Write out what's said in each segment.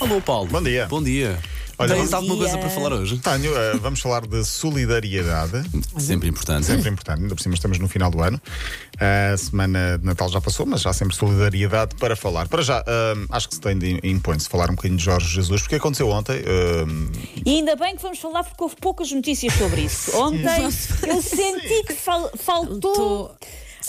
Alô, Paulo. Bom dia. Bom dia. Olha, Tens bom alguma dia. coisa para falar hoje? Tenho, eh, vamos falar de solidariedade, Uhum. Sempre importante. sempre importante, ainda por cima estamos no final do ano. A semana de Natal já passou, mas já há sempre solidariedade para falar. Para já, eh, acho que se tem de impõe-se falar um bocadinho de Jorge Jesus, porque aconteceu ontem. eh, E ainda bem que vamos falar porque houve poucas notícias sobre isso. Ontem eu senti que fal- faltou Faltou.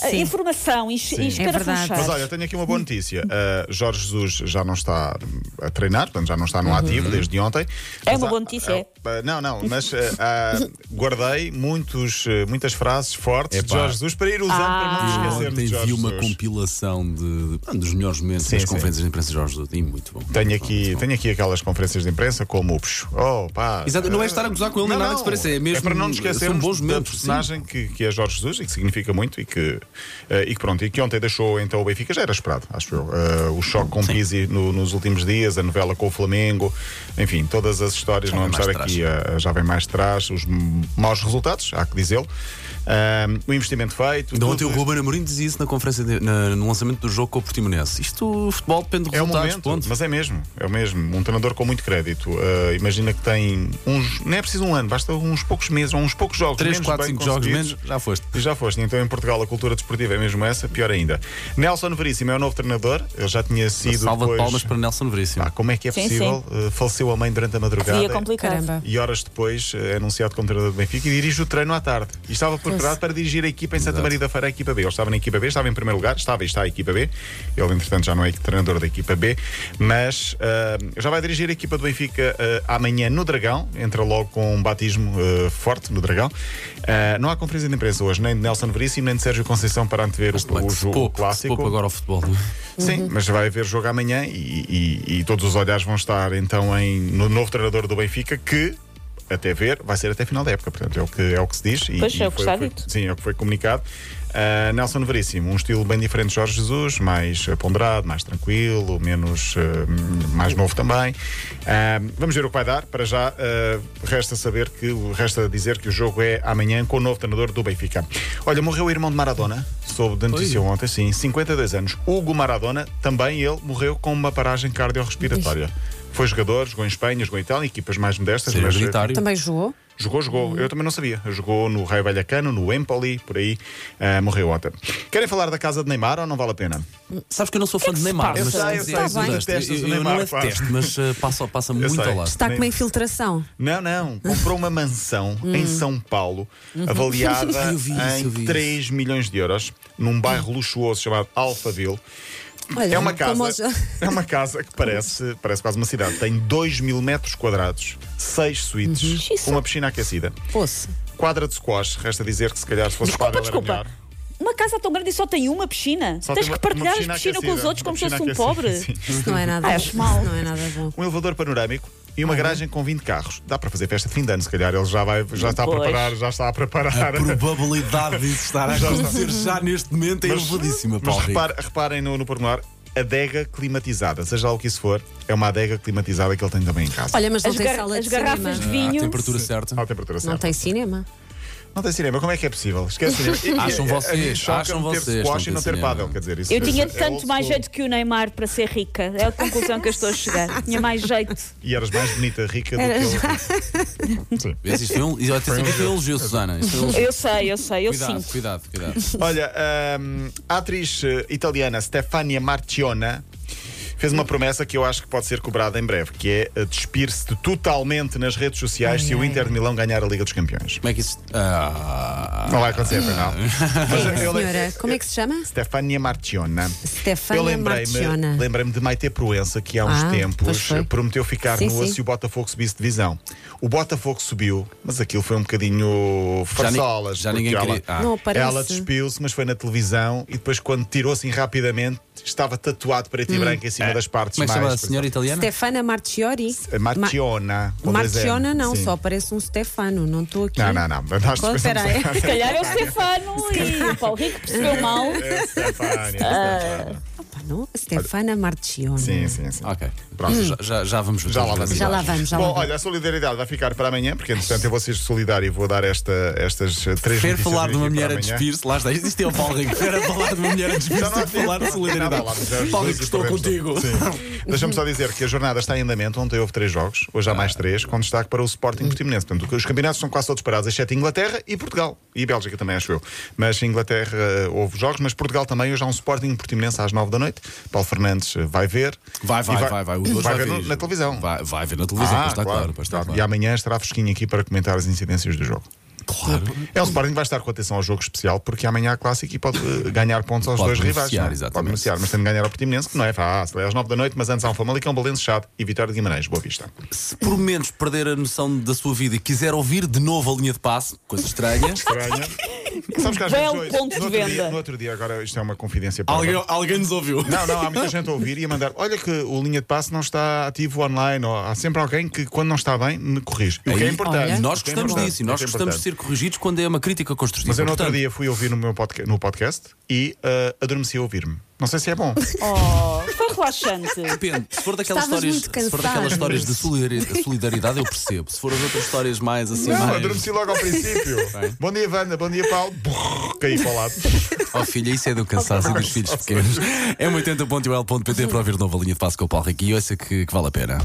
eh, Sim. informação e es- Sim. e É esparafuchar. verdade. mas olha, tenho aqui uma Uhum. boa notícia. Eh, Jorge Jesus já não está a treinar, portanto já não está no ativo desde ontem. Uhum. É Mas uma há- boa notícia, é. eh, não, não, mas eh, há- guardei muitos, eh, muitas frases fortes de Epá. Jorge Jesus para ir usando para não Ah. me esquecer Ontem de Jorge vi uma Jesus. compilação de, de- dos melhores momentos Sim, das sim. conferências de imprensa de Jorge Doutor. E muito bom. Tenho Muito bom, aqui, muito bom. tenho aqui aquelas conferências de imprensa como o Puxo. Oh, pá. Exato, não é estar a gozar com ele nem Não, nada não. disso parece, é mesmo- para não nos são esquecermos bons momentos, da personagem que, que é Jorge Jesus e que significa muito e que, eh, e que pronto, e que ontem deixou então o Benfica, já era esperado, acho eu. Eh, o choque com o Pizzi no- nos últimos dias, a novela com o Flamengo, enfim, todas as histórias, não vem vamos mais estar atrás. aqui a- a- já vem mais atrás, os m- maus resultados, há que dizê-lo. Ah, o investimento feito. Ainda tudo- ontem o Ruben Amorim dizia isso na conferência de- na- no lançamento do jogo com o Portimonense. Isto, o futebol depende de É o resultados, momento, ponto. mas é mesmo, é o mesmo. Um treinador com muito crédito. ah, imagina que tem uns. Não é preciso um ano, basta uns poucos meses ou uns poucos jogos. 3, menos 4, bem 5 jogos conseguidos. menos, já foste. E já foste. Então em Portugal a cultura desportiva é mesmo essa, pior ainda. Nelson Veríssimo é o novo treinador, ele já tinha sido. Salva de depois... palmas para Nelson Veríssimo. Pá, como é que é Sim, possível? Ah, faleceu a mãe durante a madrugada. Seria complicado. Caramba. E horas depois é anunciado como treinador do Benfica e dirige o treino à tarde. E estava preparado para dirigir a equipa em Santa Exato. Maria da Feira, a equipa B. Ele estava na equipa B, estava em primeiro lugar, estava e está a equipa B. Ele, entretanto, já não é treinador da equipa B, mas ah, já vai dirigir a equipa do Benfica ah, amanhã no Dragão. Entra logo com um batismo ah, forte no Dragão. Ah, não há conferência de imprensa hoje, nem de Nelson Veríssimo, nem de Sérgio Conceição para antever o, Como é o que se jogo poupa- se clássico. poupa agora ao futebol. não é? Sim, Uhum. mas vai haver jogo amanhã e, e- e todos os olhares vão estar então em, no novo treinador do Benfica que. Até ver, vai ser até final da época, portanto, é o que, é o que se diz. E, Pois, e é o que foi- está foi- dito. Sim, é o que foi comunicado. Ah, Nelson Veríssimo, um estilo bem diferente de Jorge Jesus, mais eh, ponderado, mais tranquilo, menos eh, mais novo também. Ah, vamos ver o que vai dar. Para já, ah, resta saber que o- resta dizer que o jogo é amanhã com o novo treinador do Benfica. Olha, morreu o irmão de Maradona, soube da notícia ontem, sim, 52 anos. Hugo Maradona, também ele morreu com uma paragem cardiorrespiratória. Foi jogador, jogou em Espanha, jogou em Itália, em equipas mais modestas, Seria mas, eh, hereditário. Também jogou. Jogou, jogou. Eu também não sabia. Jogou no Raio Vallecano, no Empoli, por aí. Ah, morreu ontem. Querem falar da casa de Neymar ou não vale a pena? Sabes que eu não sou fã de É se Neymar, passa? mas Eu sei, eu sei, mas tu eu detestas o eu- eu Neymar, não pá. detesto, mas eh, passa, passa Eu muito sei. ao lado. Está com uma Nem- infiltração. Não, não. Comprou uma mansão em São Paulo, avaliada Eu vi isso, eu vi em isso. 3 milhões de euros, num bairro luxuoso chamado Alphaville. Olha, É uma como casa, os- é uma casa que parece, parece quase uma cidade. Tem 2 mil metros quadrados, 6 suítes, Isso. uma piscina aquecida, Poça. quadra de squash. Resta dizer que se calhar se fosse Desculpa, quadra era desculpa. melhor. Uma casa tão grande e só tem uma piscina. Só Tens tem que uma- partilhar uma a piscina, com os aquecida, outros como se uma fosse um piscina pobre. aquecida, sim. Isso não é nada Acho bom. mal. Isso não é nada bom. um elevador panorâmico e Uhum. uma garagem com 20 carros. Dá para fazer festa de fim de ano, se calhar. Ele já, vai, já está a Pois. preparar, já está a A preparar. probabilidade disso estar a Já está. acontecer já neste momento é elevadíssima, mas Paulo. Rico. repare- reparem no, no pormenor, adega climatizada, seja lá o que isso for, é uma adega climatizada que ele tem também em casa. Olha, mas não As, tem gar- sala as de cinema. garrafas de Ah, a vinho. temperatura certa. Não tem temperatura Não certa. tem cinema. Não tem cinema, como é que é possível? Esquece cinema. É, Acham E- e- vocês, a mim choca-me acham ter vocês, squash não e não tem ter cinema. pádel, quer dizer isso. Eu tinha é tanto old mais school. jeito que o Neymar para ser rica. É a conclusão que eu estou a chegar. Tinha mais jeito. E eras mais bonita, rica do que Era ele. Sim. Vês, Isto foi um, e atenção que isto foi um elogio, Susana. Isto foi um elogio. Eu sei, eu sei, eu Cuidado, sinto. cuidado, cuidado. Olha, hum, a atriz eh, italiana Stefania Marchiona fez uma promessa que eu acho que pode ser cobrada em breve, que é eh, despir-se de totalmente nas redes sociais se o Inter de Milão ganhar a Liga dos Campeões. Como é que isso. Ah, Não vai acontecer, pois não. Mas eu- Senhora, como é que se chama? Stefania Marchiona. Eu Stefania lembrei-me Marciona. lembrei de Maite Proença, que há uns Ah, pois tempos foi. prometeu ficar Sim, nua sim. se o Botafogo subisse de divisão. O Botafogo subiu, mas aquilo foi um bocadinho Já ni- farsolas. já ninguém porque queria- ela- Ah. Não aparece. Ela despiu-se, mas foi na televisão e depois, quando tirou assim rapidamente, estava tatuado preto Hum. e branco em cima das partes como é que se chama mais. a senhora italiana? Stefana Marciori. Marciona. com dois Marciona N. não, Sim. só aparece um Stefano. é. Não estou aqui. Não, não, não. Nós Qual será? pensamos- Se calhar é o Stefano e o Paulo Rico percebeu mal. Ah. É Stefania, Stefania. Stefano, Stefana Marchione. Sim, sim, sim. Ok. Pronto. Já, já, já vamos Já lá vamos. Hum. Já lá vamos, já lá Bom, vamos. olha, a solidariedade vai ficar para amanhã, porque entretanto eu vou ser solidário e vou dar esta, estas eh, três Prefere notícias falar de uma daqui mulher para a amanhã. despir-se, lá está, isto é o Paulo Rico. Prefere falar de uma mulher a Já despir-se não há do que falar de tempo, não há solidariedade. nada lá, já os Paulo dois Rico, estou escrevemos contigo. tudo. Sim. Deixa-me só dizer que a jornada está em andamento. Ontem houve três jogos, hoje há mais três, com destaque para o Sporting Hum. Portimonense. Portanto, os campeonatos são quase todos parados, exceto Inglaterra e Portugal. E Bélgica também, acho eu. Mas Inglaterra eh, houve jogos, mas Portugal também. Hoje há um Sporting Portimonense às nove da noite. Paulo Fernandes eh, vai ver. Vai, vai, E vai, vai. Os dois vai vai ver no- na televisão. Vai, vai ver na televisão, Ah, pois está claro. pois está E claro. amanhã estará fresquinho aqui para comentar as incidências do jogo. Claro. É o Sporting que vai estar com atenção ao jogo especial, porque amanhã há clássico e pode eh, ganhar pontos aos Pode dois rivais. beneficiar, não é? exatamente. Pode beneficiar, mas tem de ganhar ao Portimonense, que não é fácil. É às 9 da noite, mas antes há um Famalicão, Balenço, Chado e Vitória de Guimarães. Boa vista. Se por menos perder a noção da sua vida e quiser ouvir de novo a linha de passe, coisa estranha, Estranha. Sabes que às Belo vezes, ponto de no outro dia- venda. no outro dia, agora isto é uma confidência para alguém, alguém nos ouviu. Não, não, há muita gente a ouvir e a mandar. Olha que o linha de passe não está ativo online. Ou há sempre alguém que, quando não está bem, me corrige. E o que é Aí, importante. olha. o que Nós é gostamos importante, disso e o que nós é gostamos de importante. ser corrigidos quando é uma crítica construtiva. Mas eu no outro Portanto, dia fui ouvir no meu podca- no podcast e ah, adormeci a ouvir-me. Não sei se é bom. Oh, foi relaxante. Depende, se for daquelas Estavas histórias, muito se for daquelas cansado. histórias de solidari- solidariedade, eu percebo. Se for as outras histórias mais assim, Não, mais. adormeci logo ao princípio. bom dia, Wanda. Bom dia, Paulo. Brrr, caí para o lado. Oh filha, isso é do cansaço e dos um filhos pequenos. É 80.ol.pt para ouvir nova linha de passo com o Paulo Rico e ouça que, que vale a pena.